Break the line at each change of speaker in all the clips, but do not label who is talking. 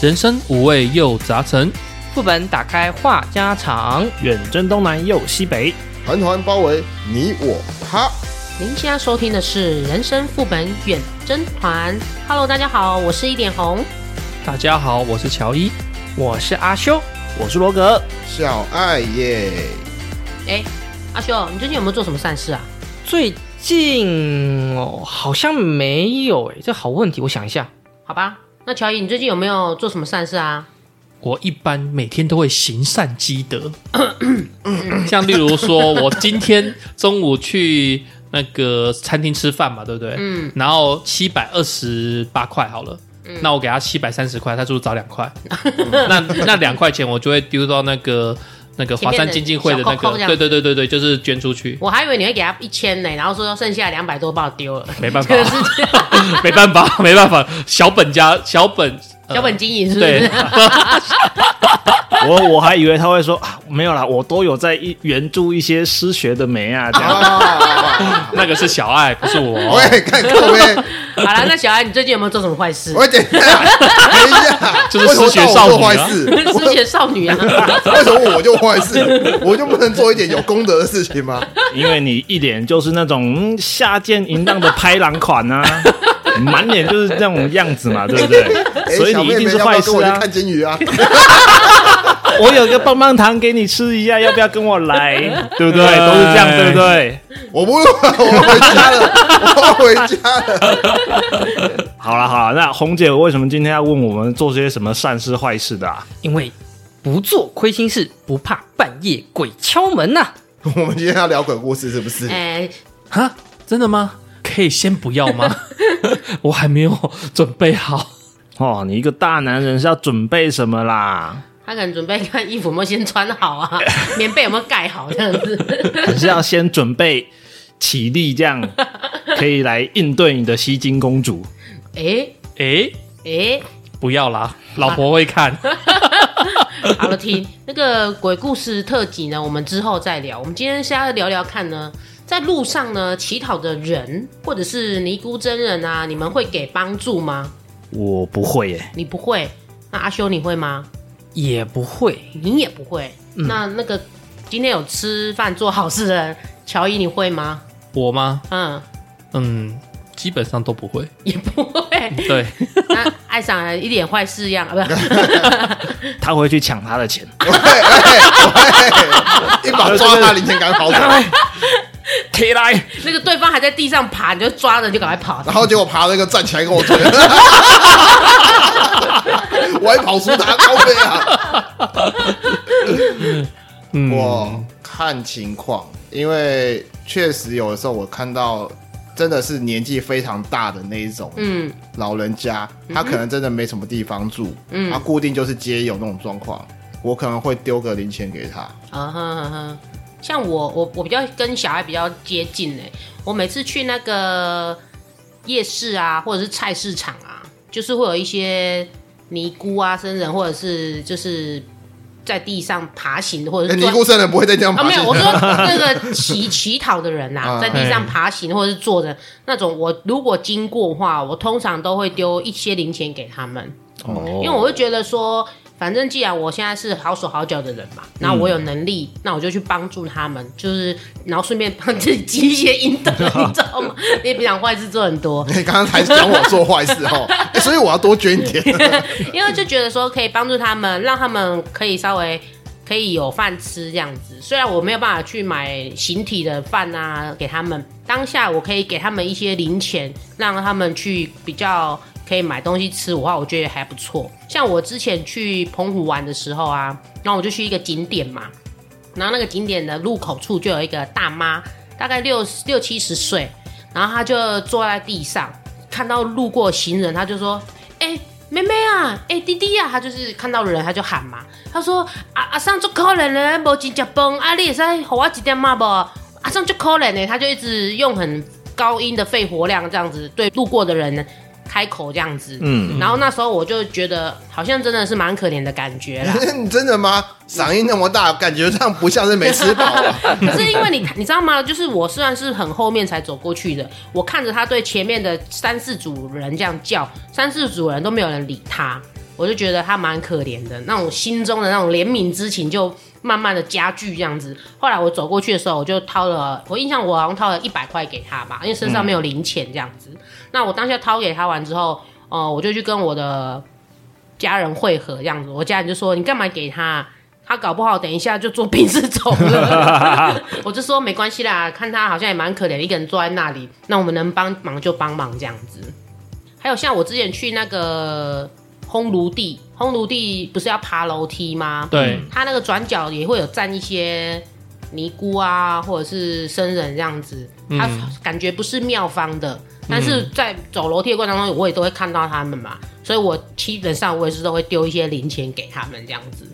人生五味又杂陈，
副本打开话家常。
远征东南又西北，
团团包围你我他。
您现在收听的是《人生副本远征团》。Hello，大家好，我是一点红，
大家好，我是乔伊。
我是阿修。
我是罗格。
小爱耶，
哎，阿修，你最近有没有做什么善事啊？最近哦，好像没有哎，这好问题，我想一下。好吧，那乔伊，你最近有没有做什么善事啊？
我一般每天都会行善积德， 像例如说，我今天中午去那个餐厅吃饭嘛，对不对？
嗯，
然后七百二十八块好了。那我给他七百三十块，他是不是找两 块？那那两块钱我就会丢到那个那个华山基金会的那
前面的小扣扣
个
这，样
对对对对对，就是捐出去，
我还以为你会给他一千呢，然后说剩下两百多把我 丢了。
没办法
这个，是
没办法，没办法，小本家小本呃
小本经营，是不
对
是？
我我还以为他会说啊，没有啦，我都有在一援助一些失学的梅 啊，这样。
啊，
那个是小爱，不是我。
喂，看各位，
好了，那小艾，你最近有没有做什么坏事？
我等一下，等一下，
就是
为什么
失学
到
少女
我做坏
啊
事？
失血少 女啊！
为什么我就坏事？我就不能做一点有功德的事情吗？
因为你一脸就是那种嗯下贱淫荡的拍狼款 啊，满脸就是那种样子嘛，对不
哎
对？所以
小
你
妹
一
妹
定是
要不
坏
要跟
事
我去
啊！
看金鱼啊？
我有个棒棒糖给你吃一下，要不要跟我 来？对不对？
哎
都是这样，对不对？
我不录了，我回家了，我回家了。
好了好了，那红姐为什么今天要问我们做些什么善事坏事的啊？
因为不做亏心事，不怕半夜鬼敲门呐、
我们今天要聊鬼故事是不是？
哎、
哈，真的吗？可以先不要吗？ 我还没有准备好。
哦，你一个大男人是要准备什么啦？
他可能准备看衣服有没有先穿好 啊，棉被有没有盖好这样子。
还是要先准备起立，这样可以来应对你的吸金 公主。
哎
诶，
哎，
不要啦，老婆会看。
好了，听 那个鬼故事特辑呢，我们之后再聊。我们今天是要聊聊看呢，在路上呢乞讨的人，或者是尼姑真人啊，你们会给帮助吗？
我不会耶、
你不会，那阿修你会吗？
也不会，
你也不会。那那个今天有吃饭做好事的人乔伊，你会吗？
我吗？
嗯，
嗯，基本上都不会。
也不 会。
对，
那爱上了一脸坏事样，啊不是？
他会去抢他的钱，
喂喂喂，一把抓他零钱杆跑走，
起来！
那个对方还在地上爬，你就抓着，你就赶快跑。
然后结果爬那个站起来跟我 追，我还跑输他高飞啊！我看情况，因为确实有的时候我看到真的是年纪非常大的那一种，
嗯
老人家，他可能真的没什么地方住，嗯，他固定就是街友那种状况，我可能会丢个零钱给他，
啊哈啊哈，像我我我比较跟小孩比较接近哎、我每次去那个夜市啊，或者是菜市场啊，就是会有一些尼姑啊、僧人，或者是就是在地上爬行的，或者
哎
是
尼
坐
姑僧人不会再这样
嗯啊，
爬
没有，
行
我
的，
说那个乞乞讨的人 呐、
啊
在地上爬行或者是坐着那种，我如果经过的话，我通常都会丢一些零钱给他们，
哦
因为我会觉得说，反正既然我现在是好手好脚的人嘛，那我有能力，那我就去帮助他们，就是然后顺便帮自己积一些阴德，你知道吗？你也别想坏事做很多，
你刚刚才讲我做坏事哦、哎所以我要多捐一点。
因为就觉得说可以帮助他们，让他们可以稍微可以有饭吃这样子。虽然我没有办法去买形体的饭啊给他们，当下我可以给他们一些零钱，让他们去比较可以买东西吃的话，我觉得还不错。像我之前去澎湖玩的时候啊，然后我就去一个景点嘛，然后那个景点的入口处就有一个大妈，大概六六七十岁，然后她就坐在地上，看到路过行人，她就说：“哎、妹妹啊，哎、弟弟啊。”她就是看到人，她就喊嘛，她说：“啊阿上足可怜的，无钱食饭，啊你也使给我一点嘛不？阿上足可怜的。”她就一直用很高音的肺活量这样子对路过的人开口这样子，嗯，然后那时候我就觉得好像真的是蛮可怜的感 觉啦。
你真的吗？嗓音那么大，感觉上不像是没吃饱啊。
可是因为你你知道吗？就是我虽然是很后面才走过去的，我看着他对前面的三四组人这样叫，三四组人都没有人理他。我就觉得他蛮可怜的，那种心中的那种怜悯之情就慢慢的加剧这样子。后来我走过去的时候，我就掏了，我印象我好像掏了一百块给他吧，因为身上没有零钱这样子。那我当下掏给他完之后，呃，我就去跟我的家人会合这样子，我家人就说你干嘛给他？啊他搞不好等一下就做病逝走了， 我就说没关系啦，看他好像也蛮可怜，一个人坐在那里，那我们能帮忙就帮忙这样子。还有像我之前去那个烘炉地，烘炉地不是要爬楼梯吗？
对，
它那个转角也会有站一些尼姑啊，或者是僧人这样子，
嗯
它感觉不是庙方的，但是在走楼梯的过程当中，我也都会看到他们嘛，所以我基本上我也是都会丢一些零钱给他们这样子，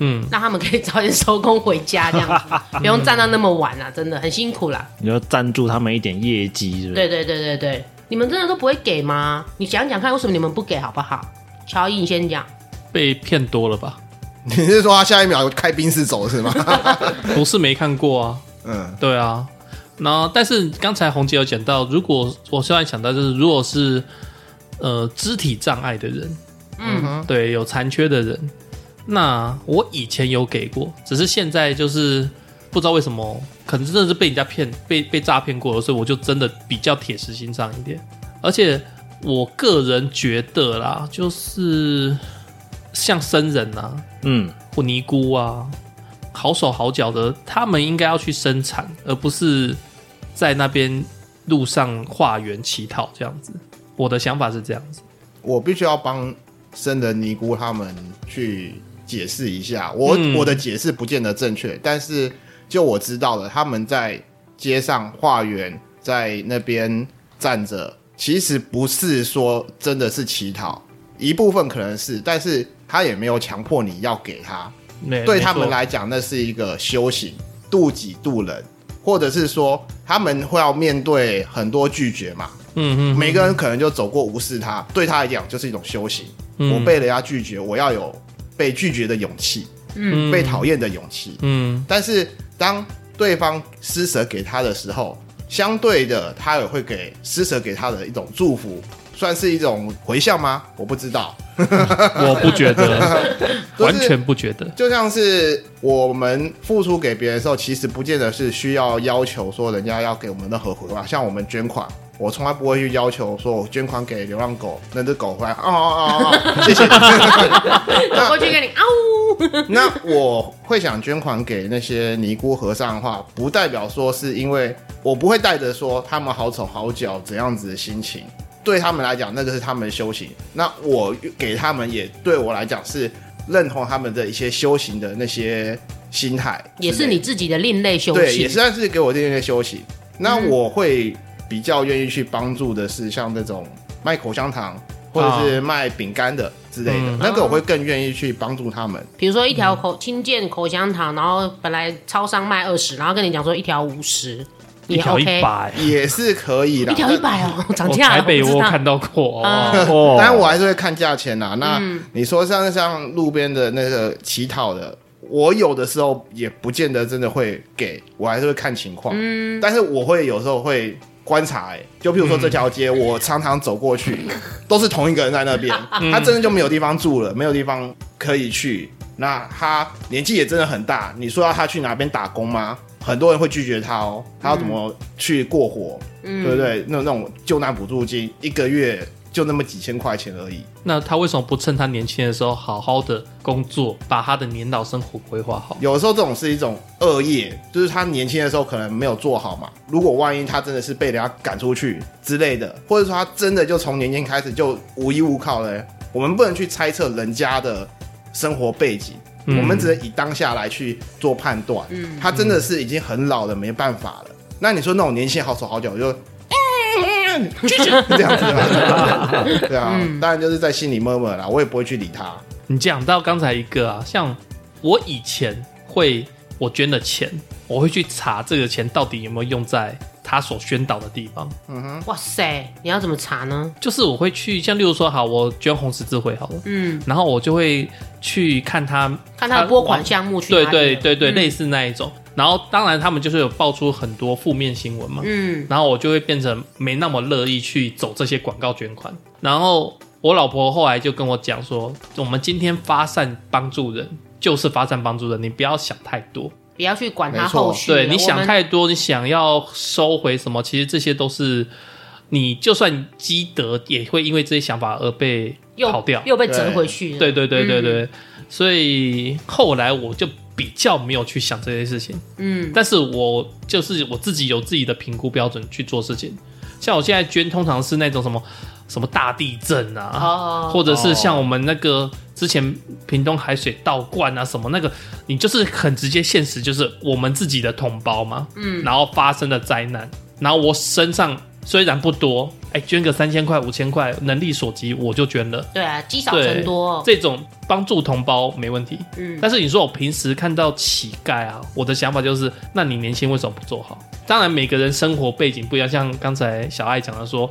嗯，
让他们可以早点收工回家这样子，不用站到那么晚啊，真的很辛苦啦。
你就赞助他们一点业绩，是不是？
对对对对对，你们真的都不会给吗？你讲讲看，为什么你们不给好不好？乔伊，你 先讲。
被骗多了吧？
你是说他下一秒开宾士走是吗？
不是没看过啊，
嗯，
对啊。然后，但是刚才红姐有讲到，如果我突然想到，就是如果是呃肢体障碍的人，
嗯，
对，有残缺的人，那我以前有给过，只是现在就是不知道为什么，可能真的是被人家骗，被被诈骗过了，所以我就真的比较铁石心肠一点。而且我个人觉得啦，就是像僧人啊
嗯，
或尼姑啊，好手好脚的，他们应该要去生产，而不是在那边路上化缘乞讨这样子。我的想法是这样子，
我必须要帮僧人尼姑他们去解释一下，我、
嗯
我的解释不见得正确，但是就我知道的，他们在街上化缘，在那边站着，其实不是说真的是乞讨，一部分可能是，但是他也没有强迫你要给他，
哎没
对他们
没错
来讲，那是一个修行，渡己渡人，或者是说他们会要面对很多拒绝嘛。
嗯嗯，
每个人可能就走过无视他，对他来讲就是一种修行。
嗯
我被人家拒绝，我要有被拒绝的勇气，
嗯
被讨厌的勇气。
嗯
但是当对方施舍给他的时候，相对的他也会给施舍给他的一种祝福，算是一种回向吗？我不知道。，
嗯我不觉 得，
就是
完全不觉得。
就像是我们付出给别人的时候，其实不见得是需要要求说人家要给我们任何回报。像我们捐款，我从来不会去要求说我捐款给流浪狗，那只狗回来，哦哦哦哦，谢谢。
走过去跟你啊呜。
那我会想捐款给那些尼姑和尚的话，不代表说是因为我不会带着说他们好手好脚怎样子的心情，对他们来讲那个是他们的修行。那我给他们也对我来讲是认同他们的一些修行的那些心态之类
也
的，
是你自己的另类修
对，
行，
也算是给我这些休息。那我会比较愿意去帮助的是像那种卖口香糖或者是卖饼干的之类的，
嗯
那个我会更愿意去帮助他们。
比如说一条口清健口香糖，然后本来超商卖二十，然后跟你讲说一条五十，
一
你
条一
OK？
百，
也是可以的，
一条一百哦， 涨
我
价了。
台北
我不
我
知
有
道
看到过，哦，
嗯
哦
当然我还是会看价钱啦。那你说像像路边的那个乞讨的，我有的时候也不见得真的会给，我还是会看情况。嗯，但是我会有时候会观察、欸，就譬如说这条街，我常常走过去，都是同一个人在那边，他真的就没有地方住了，没有地方可以去。那他年纪也真的很大，你说要他去哪边打工吗？很多人会拒绝他哦，他要怎么去过活？对不对？那那种救难补助金一个月就那么几千块钱而已，
那他为什么不趁他年轻的时候好好的工作，把他的年老生活规划好？
有的时候这种是一种恶业，就是他年轻的时候可能没有做好嘛。如果万一他真的是被人家赶出去之类的，或者说他真的就从年轻开始就无依无靠了，我们不能去猜测人家的生活背景。
嗯
我们只能以当下来去做判断，
嗯
他真的是已经很老了，没办法了。那你说那种年轻好手好脚就，
嗯
去去 这样子吧，对啊，当然就是在心里默默啦，我也不会去理他。
你讲到刚才一个啊，像我以前会我捐的钱，我会去查这个钱到底有没有用在他所宣导的地方。
哇塞，你要怎么查呢？
就是我会去，像例如说，好，我捐红十字会好了，
嗯，
然后我就会去看他
看他的拨款项目去哪
对
里
啊对对对，
嗯
类似那一种。然后当然他们就是有爆出很多负面新闻嘛，
嗯
然后我就会变成没那么乐意去走这些广告捐款。然后我老婆后来就跟我讲说，我们今天发散帮助人，就是发散帮助人，你不要想太多。
不要去管他
没错
后续了。
对你
我
想
们
太多，你想要收回什么，其实这些都是你就算积德，也会因为这些想法而被
又
跑掉。
又嗯被折回去了。
对对对对对，所以后来我就比较没有去想这些事情。
嗯，
但是我就是我自己有自己的评估标准去做事情。像我现在捐，通常是那种什么什么大地震啊，
哦，
或者是像我们那个之前屏东海水倒灌啊什么那个，你就是很直接现实，就是我们自己的同胞嘛，嗯，然后发生的灾难，然后我身上虽然不多，哎，捐个三千块五千块，能力所及我就捐了。
对啊，积少
对
成多。
这种帮助同胞没问题，
嗯，
但是你说我平时看到乞丐啊，我的想法就是，那你年轻为什么不做好？当然，每个人生活背景不一样，像刚才小爱讲的说，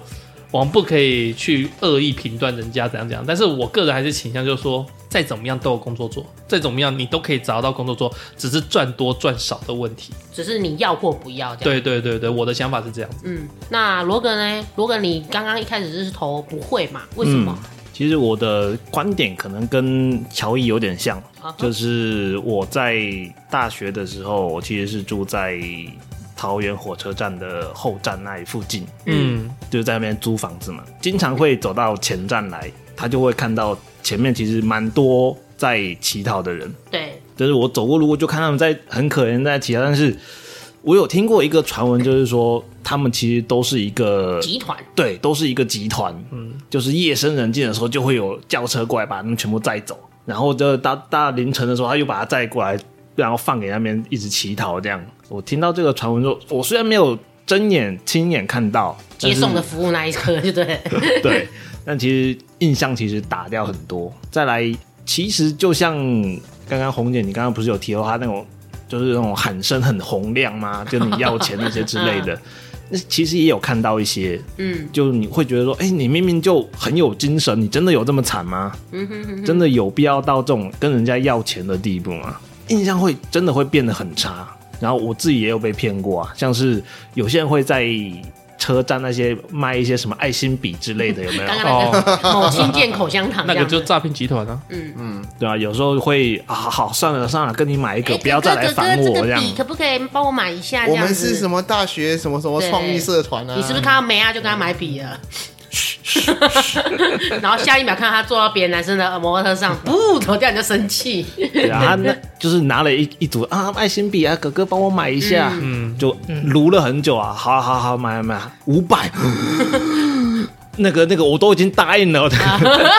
我们不可以去恶意评断人家怎样怎样。但是我个人还是倾向就是说，再怎么样都有工作做，再怎么样你都可以找到工作做，只是赚多赚少的问题。
只是你要或不要这样。
对对对对，我的想法是这样子。
嗯，那罗格呢？罗格，你刚刚一开始是投不会嘛？为什么？
嗯
其实我的观点可能跟乔伊有点像，
啊哈
就是我在大学的时候，我其实是住在桃园火车站的后站那里附近，
嗯
就是在那边租房子嘛，经常会走到前站来，他就会看到前面其实蛮多在乞讨的人，
对，
就是我走过路过就看他们在很可怜在乞讨，但是我有听过一个传闻，就是说他们其实都是一个
集团
对，都是一个集团，嗯，就是夜深人静的时候就会有轿车过来把他们全部载走，然后就到到凌晨的时候他又把他载过来，然后放给那边一直乞讨这样。我听到这个传闻说，我虽然没有睁眼亲眼看到
接送的
但
服务那一刻，对不对？
是 对，但其实印象其实打掉很多。再来，其实就像刚刚红姐你刚刚不是有提到他那种就是那种喊声很洪亮吗？就你要钱那些之类的，那其实也有看到一些，
嗯
就你会觉得说，哎、你明明就很有精神，你真的有这么惨吗？
嗯哼哼哼，
真的有必要到这种跟人家要钱的地步吗？印象会真的会变得很差。然后我自己也有被骗过啊，像是有些人会在车站那些卖一些什么爱心笔之类的，有没有？
刚刚那
哦，
个某清健口香糖
那
这样
个
子，
就诈骗集团啊。
嗯，
对啊，有时候会啊，好好算了算了，跟你买一个，
哎
嗯不要再来
哥哥
烦
哥哥
我
这
这
个
样。
笔可不可以帮我买一下？
我
这样
们
子
是什么大学什么什么
对
创意社团啊？
你是不是看到梅亚就跟他买笔 了？然后下一秒看到他坐到别的男生的呃摩托车 上，不头掉你就生气。
对啊，他那就是拿了一一组啊爱心笔啊，哥哥帮我买一下，嗯，就撸了很久啊，好啊好啊好啊买啊买啊，五百， 那个那个我都已经答应了，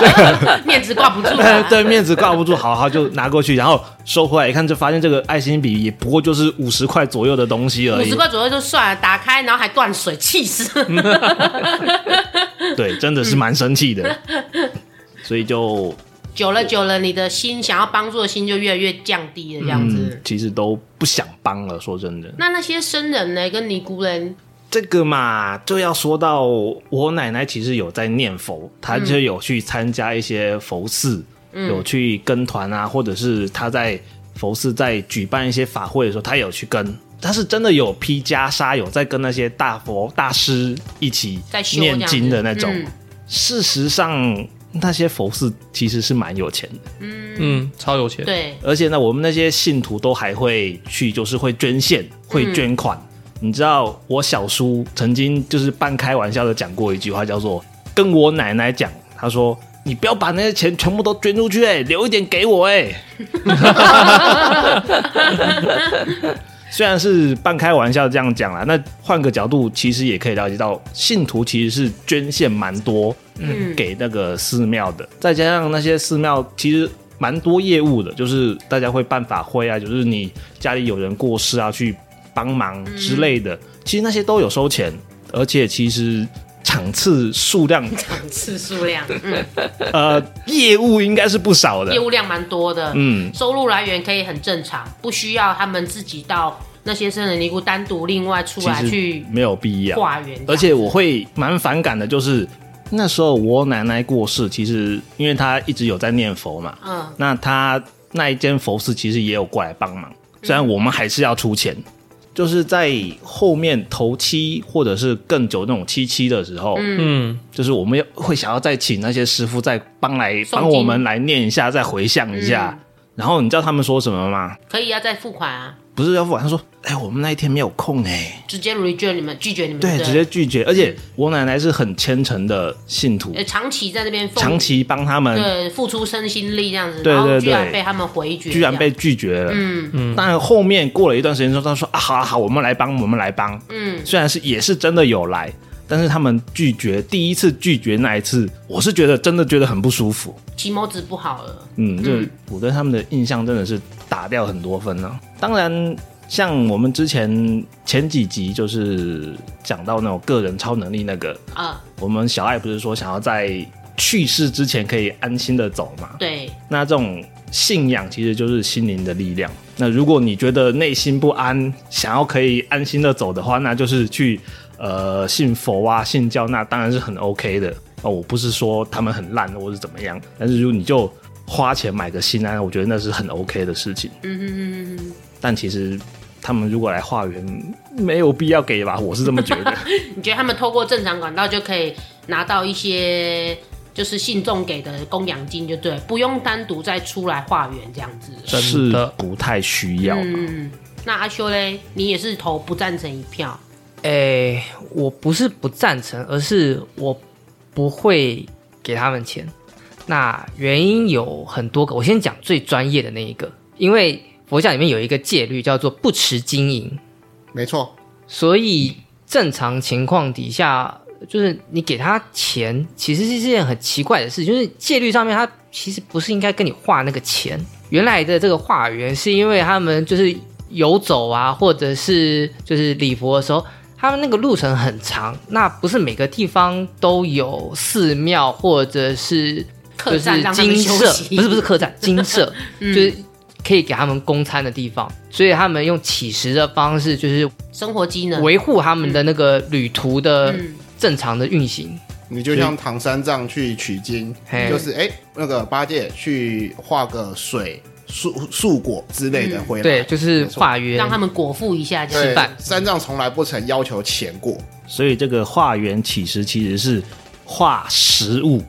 面子挂不住、
对
啊。
对面子挂不住，好好就拿过去，然后收回来一看，就发现这个爱心笔也不过就是五十块左右的东西而
五
已
十，块左右就算了，打开然后还断水，气死！
对，真的是蛮生 气的，所以就
久了久了，你的心想要帮助的心就越来越降低了，这样子。
嗯，其实都不想帮了，说真的。
那那些生人呢，跟尼姑人，
这个嘛，就要说到我奶奶其实有在念佛，她就有去参加一些佛寺，
嗯
有去跟团啊，或者是她在佛寺在举办一些法会的时候，她有去跟。她是真的有披袈裟，有在跟那些大佛大师一起
在修这样
念
子
经的那种。
嗯
事实上，那些佛寺其实是蛮有钱的，
嗯，超有钱。
对，
而且呢，我们那些信徒都还会去，就是会捐献，会捐款。你知道，我小叔曾经就是半开玩笑的讲过一句话，叫做“跟我奶奶讲”，他说：“你不要把那些钱全部都捐出去、哎，留一点给我、哎。” 虽然是半开玩笑这样讲啦，那换个角度，其实也可以了解到，信徒其实是捐献蛮多
嗯，
给那个寺庙的，再加上那些寺庙其实蛮多业务的，就是大家会办法会啊，就是你家里有人过世啊，去帮忙之类的，其实那些都有收钱，而且其实场次数量，
次数量， 嗯，
呃，业务应该是不少的
业，务量蛮多的，
嗯，
收入来源可以很正常，不需要他们自己到那些生人尼姑单独另外出
其
来
实
去
没有必要，
化缘这样子，
而且我会蛮反感的，就是那时候我奶奶过世，其实因为她一直有在念佛嘛，
嗯，嗯
那她那一间佛寺其实也有过来帮忙，虽然我们还是要出钱，就是在后面头七或者是更久那种七七的时候，
嗯，
就是我们要会想要再请那些师傅再帮来
诵经
帮我们来念一下，再回向一下。然后你知道他们说什么吗？
可以啊，再付款啊，
不是要付款，他说：“哎，我们那一天没有空哎、
直接 reject 你们，拒绝你们，
对，嗯
不
直接拒绝。而且我奶奶是很虔诚的信徒，
呃长期在那边奉
长期帮他们，
对付出身心力这样子，
对
然后
对
居然
对
被他们回绝，
居然被拒绝了。
嗯
嗯，但后面过了一段时间之后，他说：“啊，好啊好，我们来帮，我们来帮。”
嗯
虽然是也是真的有来，但是他们拒绝第一次拒绝那一次，我是觉得真的觉得很不舒服。
骑模子不好了，
嗯，就是我对他们的印象真的是打掉很多分呢、当然，像我们之前前几集就是讲到那种个人超能力那个，
啊，
我们小爱不是说想要在去世之前可以安心的走嘛？
对，
那这种信仰其实就是心灵的力量。那如果你觉得内心不安，想要可以安心的走的话，那就是去呃信佛啊、信教，那当然是很 OK 的。哦，我不是说他们很烂或是怎么样，但是如果你就花钱买个心啊安，我觉得那是很 OK 的事情。
嗯哼哼哼哼
但其实他们如果来化缘，没有必要给吧，我是这么觉得。
你觉得他们透过正常管道就可以拿到一些就是信众给的供养金，就对，不用单独再出来化缘这样子。
真
是
的
不太需要嘛。
嗯，那阿修嘞，你也是投不赞成一票，
诶、哎我不是不赞成，而是我不会给他们钱。那原因有很多个，我先讲最专业的那一个，因为佛教里面有一个戒律叫做不持金银，
没错，
所以正常情况底下，就是你给他钱，其实是一件很奇怪的事，就是戒律上面他其实不是应该跟你画那个钱。原来的这个化缘是因为他们就是游走啊，或者是就是礼佛的时候，他们那个路程很长，那不是每个地方都有寺庙或者是
客栈
就
让
是
他们
金
休
舍，
息，
不是不是客栈，金舍、就是可以给他们供餐的地方，所以他们用乞食的方式，就是
生活机能，嗯
维护他们的那个旅途的正常的运行。
你就像唐三藏去取经，
嘿
就是哎、那个八戒去化个水树树果之类的回来，
对，就是
没错
化缘
让他们果腹一下这样
对
吃饭
三藏从来不曾要求钱过，
所以这个化缘起食其实是化食物，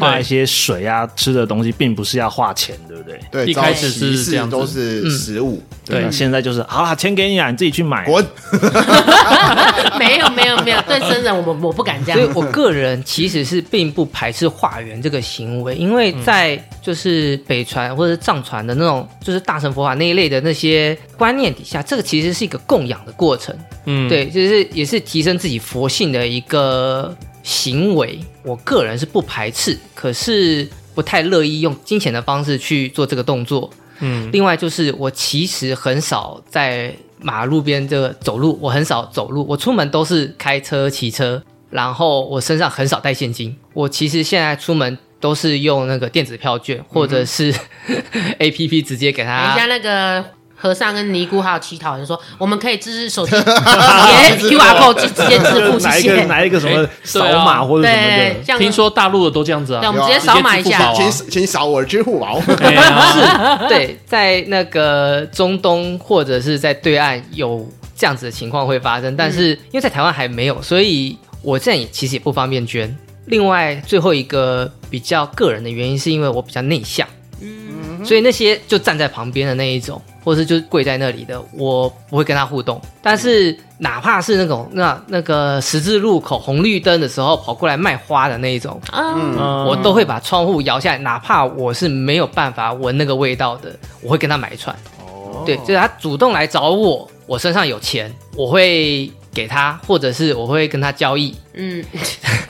化一些水啊吃的东西，并不是要化钱，对不对？
对，
一开始
早期
是这样子
都是食物，
对
那现在就是好啦，钱给你啦，你自己去买。
滚、
子。 没有没有没有，对 僧人我们我不敢这
所以
样。
我个人其实是并不排斥化缘这个行为，因为在
嗯
就是北传或者是藏传的那种，就是大乘佛法那一类的那些观念底下，这个其实是一个供养的过程。
嗯，
对，就是也是提升自己佛性的一个行为。我个人是不排斥，可是不太乐意用金钱的方式去做这个动作。
嗯，
另外就是我其实很少在马路边这个走路，我很少走路，我出门都是开车、骑车，然后我身上很少带现金。我其实现在出门。都是用那个电子票券，或
嗯
者是 A P P 直接给
人
他
家那个和尚跟尼姑还有乞讨人说，我们可以支持手机耶 QR code 直接支
就
付，
拿
谢
一个
谢。
拿一个什么
哎
扫
对啊
码或者什么
对
的，，
这样
听说大陆的都这样子
对，
啊，
我们
有啊
直接扫码一
直接支付
下
宝。
请请扫我的支付宝。
对 啊，
对，在那个中东或者是在对岸有这样子的情况会发生，但是因为在台湾还没有，所以我这样也其实也不方便捐。另外，最后一个比较个人的原因，是因为我比较内向，嗯，所以那些就站在旁边的那一种，或是就跪在那里的，我不会跟他互动。但是哪怕是那种那那个十字路口红绿灯的时候跑过来卖花的那一种，
嗯，
我都会把窗户摇下来，哪怕我是没有办法闻那个味道的，我会跟他买一串。哦，对，就是他主动来找我，我身上有钱，我会给他，或者是我会跟他交易。
嗯，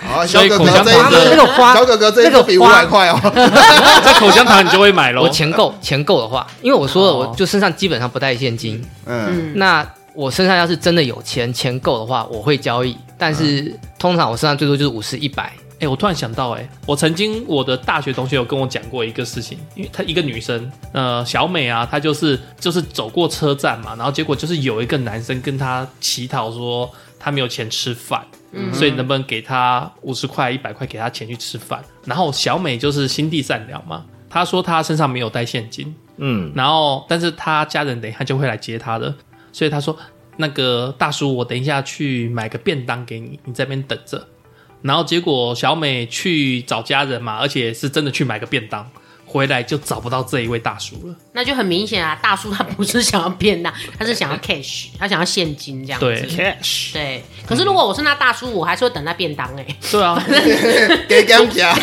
好，
所
肖
以
哥
口
哥
香
这
糖
一
那
支
个花
肖哥哥这一
那
支
个
比五
花
百块哦，
这口香糖你就会买
我
咯。
钱够，钱够的话，因为我说了，
哦
我就身上基本上不带现金。
嗯，
那我身上要是真的有钱，钱够的话，我会交易。但是通常我身上最多就是五十、一百。
哎、我突然想到、欸，哎，我曾经我的大学同学有跟我讲过一个事情，因为她一个女生，呃，小美啊，她就是就是走过车站嘛，然后结果就是有一个男生跟她乞讨说他没有钱吃饭，
嗯
所以能不能给她五十块、一百块给她钱去吃饭？然后小美就是心地善良嘛，她说她身上没有带现金，
嗯，
然后但是她家人等一下就会来接她的，所以她说那个大叔，我等一下去买个便当给你，你在那边等着。”然后结果小美去找家人嘛，而且是真的去买个便当，回来就找不到这一位大叔了。
那就很明显啊，大叔他不是想要变大，他是想要 cash，他想要现金这样子。
对
，cash，
对可是如果我是那大叔，我还是会等他便当哎、
对啊，
给啊钢夹。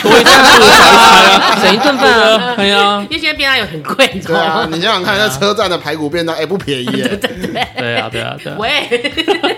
省一顿饭啊！
哎呀，
因为现在便当也很贵，你知道
对啊，
吗？
你想想看，那车站的排骨便当，哎，不便宜耶。
对啊，对啊，对啊，
喂，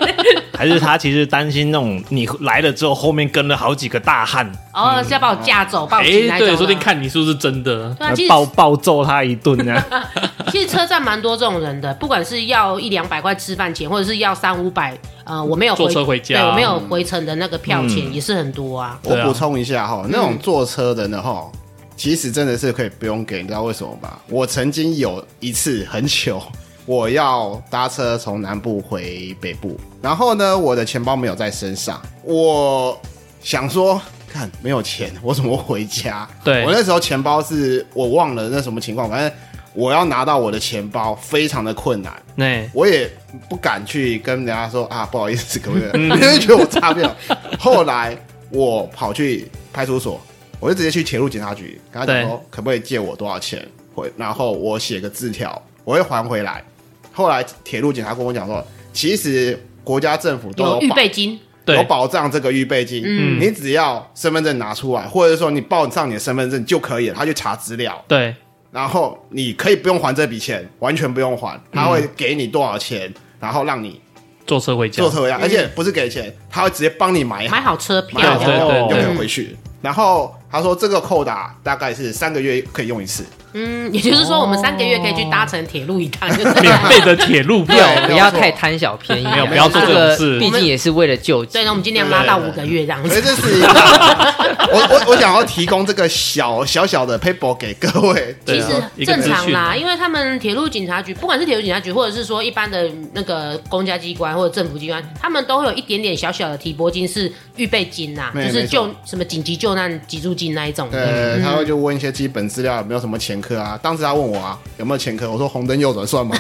还是他其实担心那种你来了之后后面跟了好几个大汉，
哦，是要把我架走，把我
哎
请来、，
对，说不定。看你是不是真的。
对啊，其实
暴暴揍他一顿啊呢、
其实车站蛮多这种人的，不管是要一两百块吃饭钱，或者是要三五百，呃，我没有
坐车回家嗯
对我没有回程的那个票钱也是很多啊。
我
对啊
补充一下哈，那种坐车的呢哈，其实真的是可以不用给，你知道为什么吗？我曾经有一次很糗， 我要搭车从南部回北部，然后呢，我的钱包没有在身上，我想说。看没有钱， 我怎么回家？
对
我那时候钱包是我忘了那什么情况，反正我要拿到我的钱包非常的困难，
那
哎
我也不敢去跟人家说啊，不好意思，可不可
嗯
以？因为觉得我差不了。后来我跑去派出所，我就直接去铁路警察局，跟他讲说，可不可以借我多少钱？回，然后我写个字条，我会还回来。后来铁路警察跟我讲说，其实国家政府都
有
有
预
保
备嗯金，
有
对
保障这个预备金，你只要身份证拿出来，或者说你报上你的身份证就可以了，他去查资料。
对
然后你可以不用还这笔钱，完全不用还，他会给你多少钱，然后让你
坐车回家
做，车回家，而且不是给钱，他会直接帮你买
买
好，
好车
哎买好
嗯对
票
之
对
后
对
永
对
远回去。然后他说这个扣打大概是三个月可以用一次，
嗯，也就是说我们三个月可以去搭乘铁路一趟，就是
哦免费的铁路票。
对
不要太贪小便宜啊，
没有
不要做
这
这
个
种事
毕竟也是为了救济
对，。那我们尽量拉到五个月这样
所以
子。
这是一个 我我我想要提供这个小小小的 paper 给各位，
其
对
实
啊一个
正
资
常
讯
啦，
啊
因为他们铁路警察局，不管是铁路警察局，或者是说一般的那个公家机关或者政府机关，他们都会有一点点小小的提拨金是预备金呐、就
没
是
没错
救什么紧急救难急助金那一种的。
呃，他会就问一些基本资料，有没有什么前科啊？当时他问我啊，有没有前科？我说红灯右转算吗？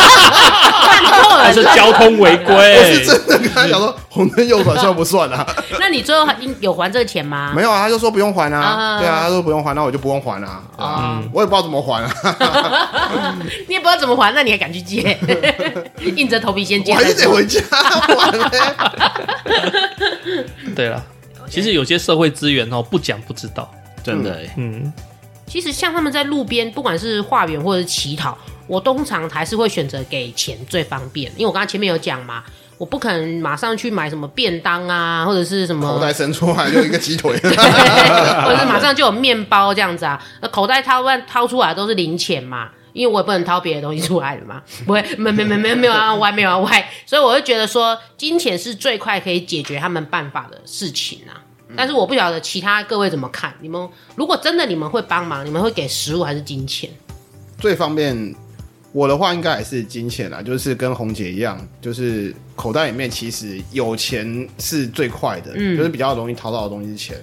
看错
那是
了，
交通违
我 是
规，
真的跟他讲说红灯右转算不算啊？
那你最后还有还这个钱吗？
没有啊，他就说不用还
啊
啊，对啊，他说不用还，那我就不用还啊，对啊我也不知道怎么还 啊，
你也不知道怎么还，那你还敢去借？ 硬着头皮先
我
借。
还是得回家还嘞。
对了。其实有些社会资源哦，不讲不知道。
真的欸、
嗯，
其实像他们在路边，不管是化缘或者是乞讨，我通常还是会选择给钱最方便，因为我刚刚前面有讲嘛，我不可能马上去买什么便当啊，或者是什
口
么
袋。伸出来就一个鸡腿， 啊
或者是马上就有面包这样子啊，那口袋掏万掏出来都是零钱嘛，因为我也不能掏别的东西出来了嘛， 不会，没没没没没有啊歪，没有啊歪，所以我会觉得说，金钱是最快可以解决他们办法的事情啊。但是我不晓得其他各位怎么看，你们如果真的你们会帮忙，你们会给食物还是金钱？
最方便。我的话应该也是金钱啦，就是跟红姐一样，就是口袋里面其实有钱是最快的，
嗯
就是比较容易掏到的东西是钱。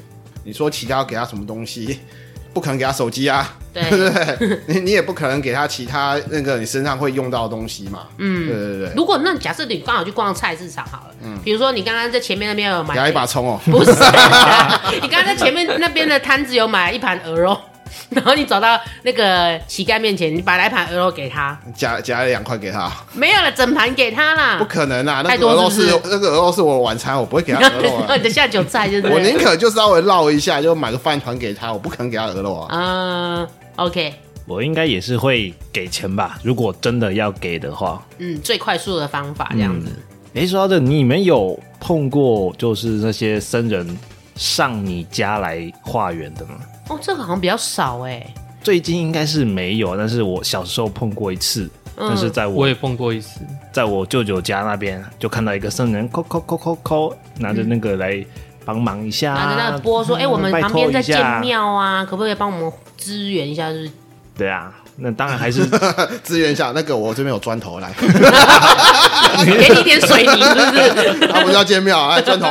你说其他要给他什么东西， 不可能给他手机啊，
对
对不对？你你也不可能给他其他那个你身上会用到的东西嘛，嗯，对对对，
如果那假设你刚好去逛菜市场好了，比如说你刚刚在前面那边有买
给嗯他一把葱哦，
不是，啊你刚刚在前面那边的摊子有买一盘鹅肉，然后你走到那个乞丐面前，你把那盘鹅肉给 他，
夹夹了两块给他，
没有了，整盘给他
不
啦。
可能啊！那
太
个
多
鹅肉
是不是
那个鹅肉是我的晚餐，我不会给他 鹅肉
然后
啊。
你的下酒菜就是
我宁可就稍微绕一下，就买个饭团给他，我不可能给他鹅肉啊。
嗯，OK，
我应该也是会给钱吧，如果真的要给的话。
嗯，最快速的方法这样子。
诶，说到这，你们有碰过就是那些僧人上你家来化缘的吗？
哦，这个好像比较少哎。
最近应该是没有，但是我小时候碰过一次，
嗯
但是在我
我也碰过一次。
在我舅舅家那边就看到一个僧人，扣扣扣扣扣，拿着那个来帮忙一下，
拿着那个钵说：“哎，我们
啊嗯拜
旁边
托
在
一下
建庙啊，可不可以帮我们支援一下？” 就是
对啊，那当然还是
啊
支援一下，那个我这边有砖头来，
给你一点水泥，是不是？
他不叫见面啊，哎， 砖头。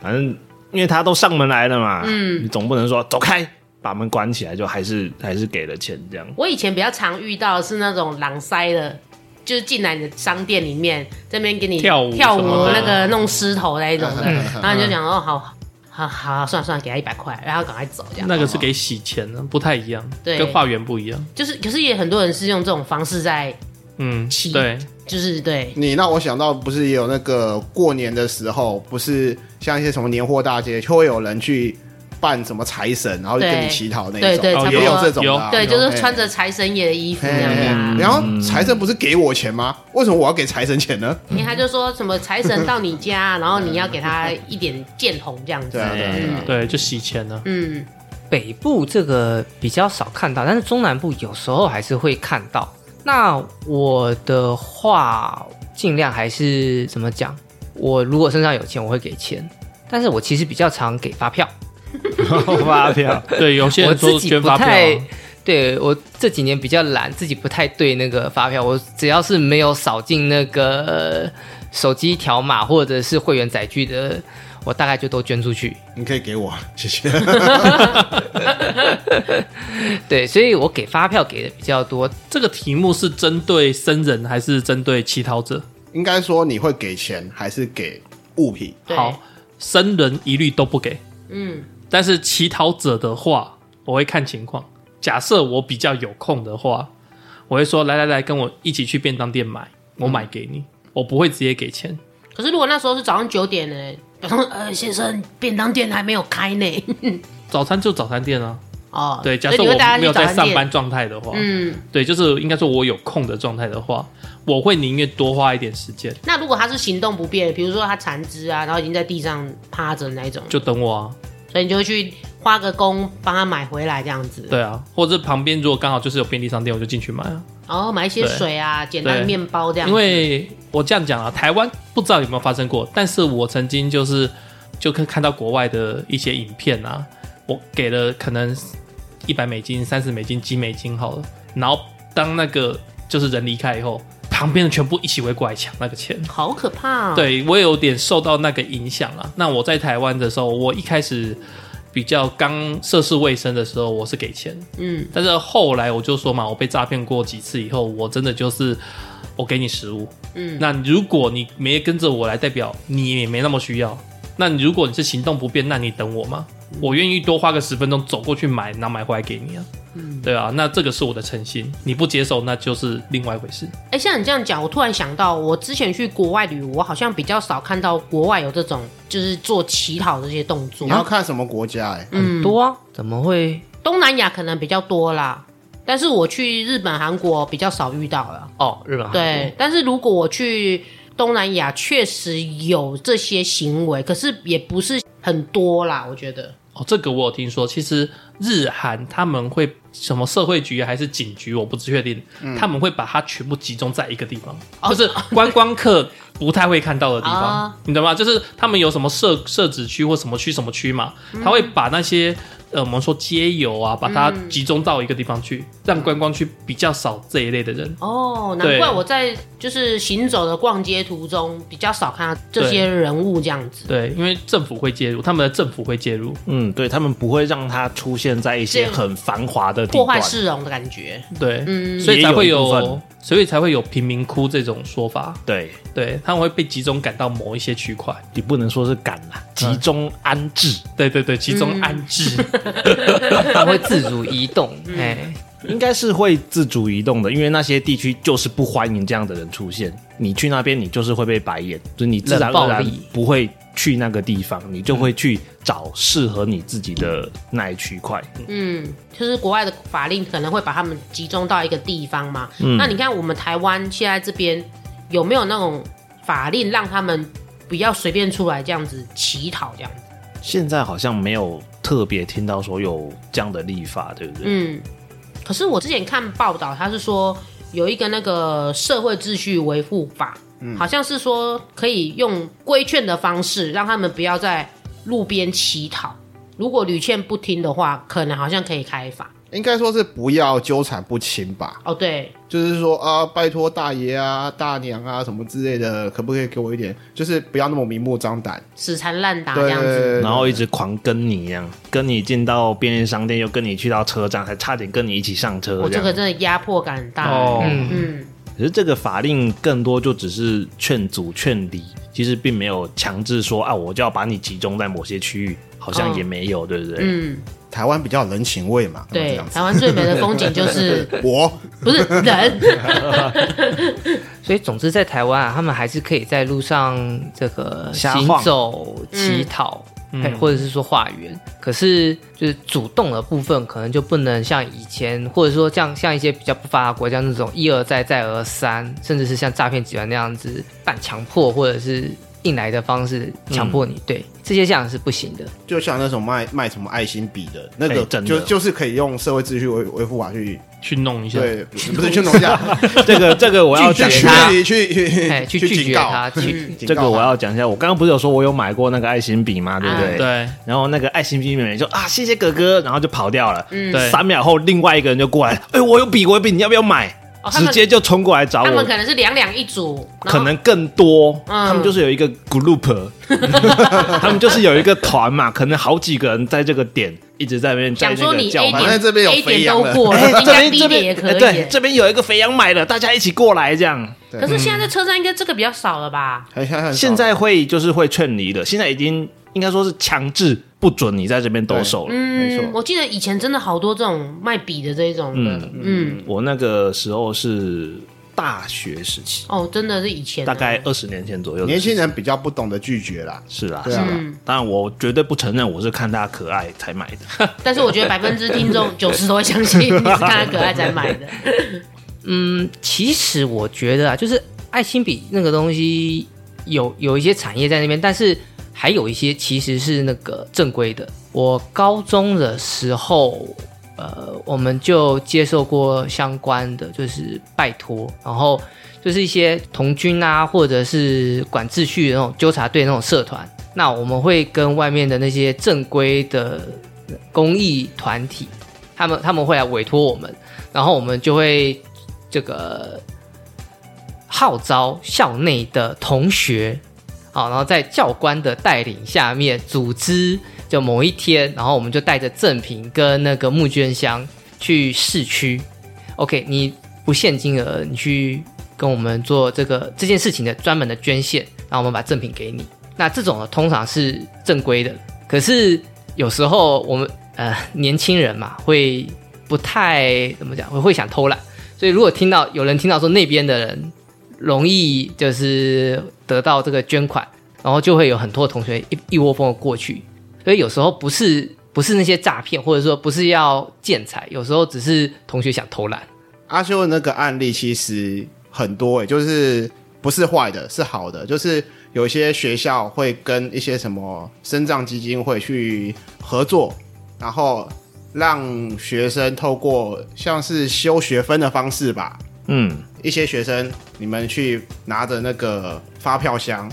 反正因为他都上门来了嘛，嗯，你总不能说走开，把门关起来，就还是还是给了钱这样。
我以前比较常遇到的是那种狼塞的，就是进来你的商店里面，这边给你
跳舞
跳
什
舞
么的
那个弄狮头那一种的，
嗯
然后你就想哦，好好好，算了算了，给他一百块，然后赶快走这样。
嗯
那个是给洗钱的，不太一样，
对
跟化缘不一样。
就是，可是也很多人是用这种方式在，
嗯
洗，
对，
就是对，
你让我想到，不是也有那个过年的时候，不是像一些什么年货大街，就会有人去办什么财神，然后就跟你
对
乞讨那
对
一
对
种，
差
哦
不多
也有这种的啊，嗯
对，就是
嘿
穿着财神爷的衣服
嘿
这样子啊。
然后财神不是给我钱吗？为什么我要给财神钱呢？
因为他就说什么财神到你家，然后你要给他一点见红这样子。
对啊，对啊，对啊。
对，就洗钱的。
嗯，
北部这个比较少看到，但是中南部有时候还是会看到。那我的话，尽量还是怎么讲？我如果身上有钱，我会给钱，但是我其实比较常给发票。
发票，
对，有些
我
人
自
说
己
捐
不
发票啊，
太，对我这几年比较懒，自己不太对那个发票。我只要是没有扫进那个呃手机条码或者是会员载具的，我大概就都捐出去。
你可以给我，啊谢谢。
对，所以我给发票给的比较多。
这个题目是针对僧人还是针对乞讨者？
应该说你会给钱还是给物品？
对，
好，僧人一律都不给，
嗯，
但是乞讨者的话，我会看情况。假设我比较有空的话，我会说来来来，跟我一起去便当店买，
嗯
我买给你，我不会直接给钱。
可是如果那时候是早上九点呢，早上呃先生，便当店还没有开呢。
早餐就早餐店啊，
哦，
对。假
所以
设
你
我
会带他
没有
去
在
早餐
上班
店。
状态的话，
嗯，
对，就是应该说我有空的状态的话，我会宁愿多花一点时间，
那如果他是行动不便，比如说他残肢啊，然后已经在地上趴着那一种，
就等我啊。
所以你就会去花个工帮他买回来这样子。
对啊，或者旁边如果刚好就是有便利商店，我就进去买啊。
然后买一些
对
水啊，简单的
对
面包这样子。
因为我这样讲啊，台湾不知道有没有发生过，但是我曾经就是就看看到国外的一些影片啊，我给了可能一百美金、三十美金、几美金好了，然后当那个就是人离开以后，旁边的全部一起围过来抢那个钱。
好可怕、哦。，
对我有点受到那个影响啊。那我在台湾的时候，我一开始比较刚涉世未深的时候，我是给钱，
嗯，
但是后来我就说嘛，我被诈骗过几次以后，我真的就是我给你食物，
嗯，
那如果你没跟着我来，代表你也没那么需要。那你如果你是行动不便，那你等我嘛，我愿意多花个十分钟走过去买，然后买回来给你啊。对啊，那这个是我的诚心，你不接受那就是另外一回事。
哎、像你这样讲，我突然想到，我之前去国外旅游，我好像比较少看到国外有这种就是做乞讨的这些动
嗯
作
你。要看什么国家？哎，
很多
嗯
啊，怎么会？
东南亚可能比较多啦，但是我去日本、韩国比较少遇到了。
哦，日本韩国
对，但是如果我去东南亚，确实有这些行为，可是也不是很多啦，我觉得。
哦，这个我有听说，其实日韩他们会什么社会局还是警局，我不确定，他们会把它全部集中在一个地方，就是观光客不太会看到的地方，
啊
你懂吗？就是他们有什么设设置区或什么区什么区嘛，他会把那些呃我们说街友啊，把它集中到一个地方去，让观光区比较少这一类的人。
哦，难
对
怪我在就是行走的逛街途中比较少看到这些人物这样子。
对，因为政府会介入，他们的政府会介入，
嗯，对他们不会让它出现在一些
这
很繁华的地
破
段，
坏市容的感觉，
对，
嗯
所以才会
也有一部
有
分，
所以才会有贫民窟这种说法。
对
对，他们会被集中赶到某一些区块。
你不能说是赶啦，集中安置。
对对对，集中安
嗯
置。
它会自主移动，哎、
应该是会自主移动的，因为那些地区就是不欢迎这样的人出现。你去那边，你就是会被白眼，就是你自然
冷暴
而然
力
不会去那个地方，你就会去找适合你自己的那一区块。
嗯，就是国外的法令可能会把他们集中到一个地方嘛。那你看我们台湾现在这边有没有那种法令让他们不要随便出来这样子乞讨这样子？
现在好像没有特别听到说有这样的立法，对不对？
嗯，可是我之前看报道，他是说有一个那个社会秩序维护法，好像是说可以用规劝的方式让他们不要在路边乞讨。如果屡劝不听的话，可能好像可以开罚。
应该说是不要纠缠不清吧。
哦，对，
就是说啊，拜托大爷啊、大娘啊什么之类的，可不可以给我一点？就是不要那么明目张胆。
死缠烂
啊
打这
对，
样子。
然后一直狂跟你一样，跟你进到便利商店，又跟你去到车站，还差点跟你一起上
我
车这
这个
样。
真的压迫感很大。
哦
嗯，
嗯，
就可是这个法令更多就只是劝阻、劝离，其实并没有强制说啊，我就要把你集中在某些区域，好像也没有，对不对？
嗯，
台湾比较有人情味嘛，干嘛这
对
样，子
台湾最美的风景就是
我
不是人，
所以总之在台湾啊，他们还是可以在路上这个
瞎
行
晃
走、乞讨，
嗯
哎
嗯
或者是说化缘。可是就是主动的部分，可能就不能像以前，或者说像像一些比较不发达国家那种一而再再而三，甚至是像诈骗集团那样子半强迫或者是硬来的方式强迫你。对，这些这样是不行的。
就像那种卖卖什么爱心笔的那
哎
个，
真的
就就是可以用社会秩序维维护法去
去弄一下。
对，不是去弄一下，
这个这 个我要
拒
讲一
绝
下。
他
你去去
哎，去拒
警
绝
告
他，去
警
这
告
个我
他
要讲一下，我刚刚不是有说我有买过那个爱心笔嘛，对不对？
对。对
然后那个爱心笔妹妹就啊，谢谢哥哥，然后就跑掉了。
嗯
对
三秒后，另外一个人就过来了，哎，我有笔，我有笔，你要不要买？
哦他
直
们
接就冲过来找
他
我
们，可能是两两一组，然后
可能更多。
嗯
他们就是有一个 group，他们就是有一个团嘛，可能好几个人在这个点一直在那边在
讲
那
说
个
你
叫
A
卖
反。
点
正这边有
A
肥
点
羊
都
了
过
哎
了，应
这
该
边
B
这
点也
边
可以
哎对，
耶。
这边有一个肥羊买了，大家一起过来这样。
对
可是现在在车站应该这个比较少了吧？
很很很
现在会就是会劝离的，现在已经应该说是强制不准你在这边兜售了。
没错
嗯，我记得以前真的好多这种卖笔的这一种的，嗯，
我那个时候是大学时期，
哦，真的是以前的
大概二十年前左右的
年
事情。
轻人比较不懂得拒绝啦，
是啦，
对啊
嗯
是啦当然我绝对不承认我是看他可爱才买的。
但是我觉得百分之听众九十都会相信你是看他可爱才买的。
嗯，其实我觉得啊，就是爱心笔那个东西有有一些产业在那边，但是还有一些其实是那个正规的。我高中的时候，呃，我们就接受过相关的就是拜托，然后就是一些童军啊，或者是管秩序的那种纠察队那种社团，那我们会跟外面的那些正规的公益团体，他们他们会来委托我们，然后我们就会这个号召校内的同学，好，然后在教官的带领下面组织，就某一天，然后我们就带着赠品跟那个募捐箱去市区。OK，你不限金额，你去跟我们做这个这件事情的专门的捐献，然后我们把赠品给你。那这种呢，通常是正规的，可是有时候我们呃年轻人嘛，会不太怎么讲，会会想偷懒，所以如果听到有人听到说那边的人容易就是得到这个捐款，然后就会有很多同学一一窝蜂的过去。所以有时候不是不是那些诈骗，或者说不是要建材，有时候只是同学想偷懒。
阿修的那个案例其实很多诶、就是不是坏的，是好的，就是有一些学校会跟一些什么生障基金会去合作，然后让学生透过像是修学分的方式吧，
嗯，
一些学生你们去拿着那个发票箱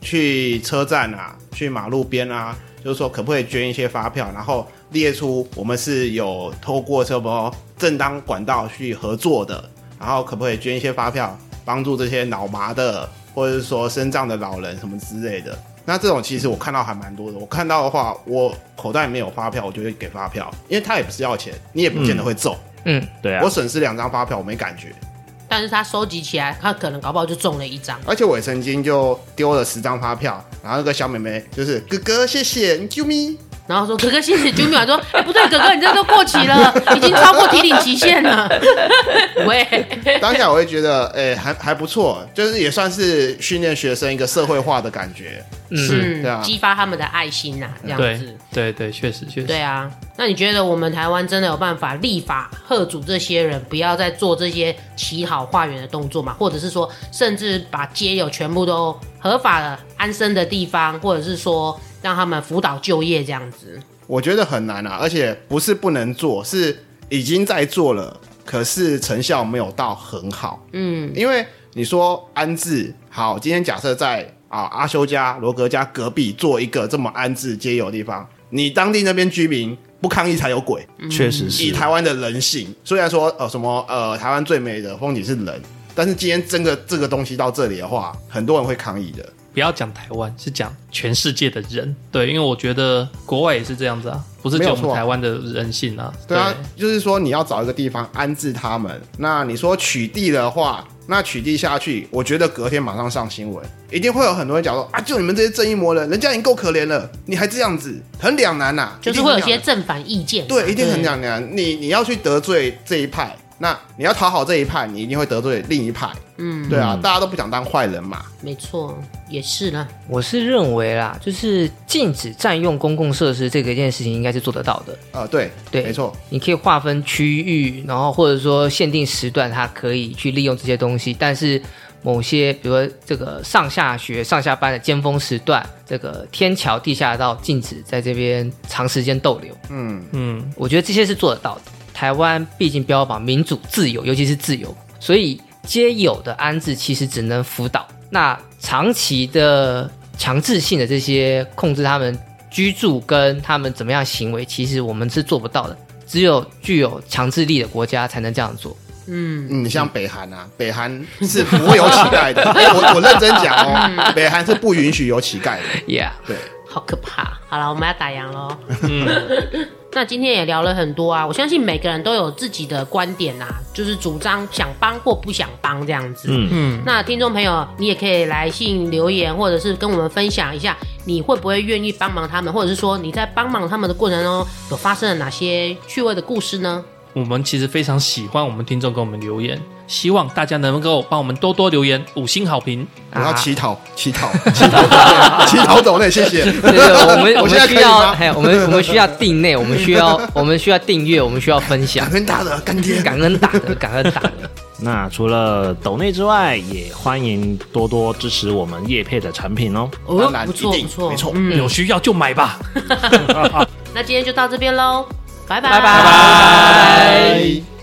去车站啊，去马路边啊，就是说可不可以捐一些发票，然后列出我们是有透过什么正当管道去合作的，然后可不可以捐一些发票，帮助这些脑麻的或者是说身障的老人什么之类的。那这种其实我看到还蛮多的，我看到的话，我口袋里面有发票，我就会给发票，因为他也不是要钱，你也不见得会中。
嗯，
对啊
我，损失两张发票，我没感觉。
但是他收集起来，他可能搞不好就中了一张。
而且我也曾经就丢了十张发票，然后那个小妹妹就是哥哥谢谢你救命，
然后说：“哥哥，谢谢 Jimmy。”我说：“哎、不对，哥哥，你这都过期了，已经超过提领期限了。” 喂，
当下我会觉得，哎、还还不错，就是也算是训练学生一个社会化的感觉。
是
对啊
激发他们的爱心呐、啊，这样
对
子。
对对，确实确
对
实。
啊，那你觉得我们台湾真的有办法立法贺阻这些人不要再做这些乞好化缘的动作嘛？或者是说，甚至把街友全部都合法的安身的地方，或者是说让他们辅导就业这样子？
我觉得很难啊，而且不是不能做，是已经在做了，可是成效没有到很好。
嗯，
因为你说安置好，今天假设在啊阿修家、罗格家隔壁做一个这么安置皆有的地方，你当地那边居民不抗议才有鬼。
嗯
确实
以
是。
台湾的人性，虽然说呃什么呃台湾最美的风景是人，但是今天真的这个东西到这里的话，很多人会抗议的。
不要讲台湾，是讲全世界的人。对，因为我觉得国外也是这样子啊，不是只有我
没有
们
错
台湾的人性啊。
对啊，就是说你要找一个地方安置他们。那你说取缔的话，那取缔下去，我觉得隔天马上上新闻，一定会有很多人讲说啊，就你们这些正义魔人，人家已经够可怜了，你还这样子，很两难呐、啊
就是
一定
会
很两
有些嗯
难
正反意见。啊
对，一定很两难。你你要去得罪这一派，那你要讨好这一派，你一定会得罪另一派。
嗯，
对啊，大家都不想当坏人嘛。
没错，也是啦。
我是认为啦，就是禁止占用公共设施这个一件事情，应该是做得到的。
呃，对，
对
没错，
你可以划分区域，然后或者说限定时段，它可以去利用这些东西。但是某些，比如说这个上下学、上下班的尖峰时段，这个天桥、地下道禁止在这边长时间逗留。
嗯，
嗯，
我觉得这些是做得到的。台湾毕竟标榜民主自由，尤其是自由，所以皆有的安置其实只能辅导。那长期的强制性的这些控制他们居住跟他们怎么样行为，其实我们是做不到的。只有具有强制力的国家才能这样做。
嗯，
你像北韩啊，北韩是不会有乞丐 的。我我认真讲哦，
嗯
北韩是不允许有乞丐的。
Yeah，
对，
好可怕。好了，我们要打烊喽。
嗯
那今天也聊了很多啊，我相信每个人都有自己的观点啊，就是主张想帮或不想帮这样子。
嗯
嗯
那听众朋友，你也可以来信留言，或者是跟我们分享一下，你会不会愿意帮忙他们，或者是说你在帮忙他们的过程中有发生了哪些趣味的故事呢？
我们其实非常喜欢我们听众给我们留言，希望大家能够帮我们多多留言，五星好评。
我要
啊
乞讨，乞讨，乞讨抖 内，乞讨抖内，谢谢。
这个我们
我
我
现
们
在可
需
以
要，
吗
还有我们我们需要定内，我们需要我们需要订阅，我们需要分享
感，恩大的干爹，
感恩打的，感恩打的。
那除了抖内之外，也欢迎多多支持我们叶配的产品哦。
当然
不错
一定
不错，
没错
嗯，
有需要就买吧。
那今天就到这边喽，拜拜
拜拜
拜。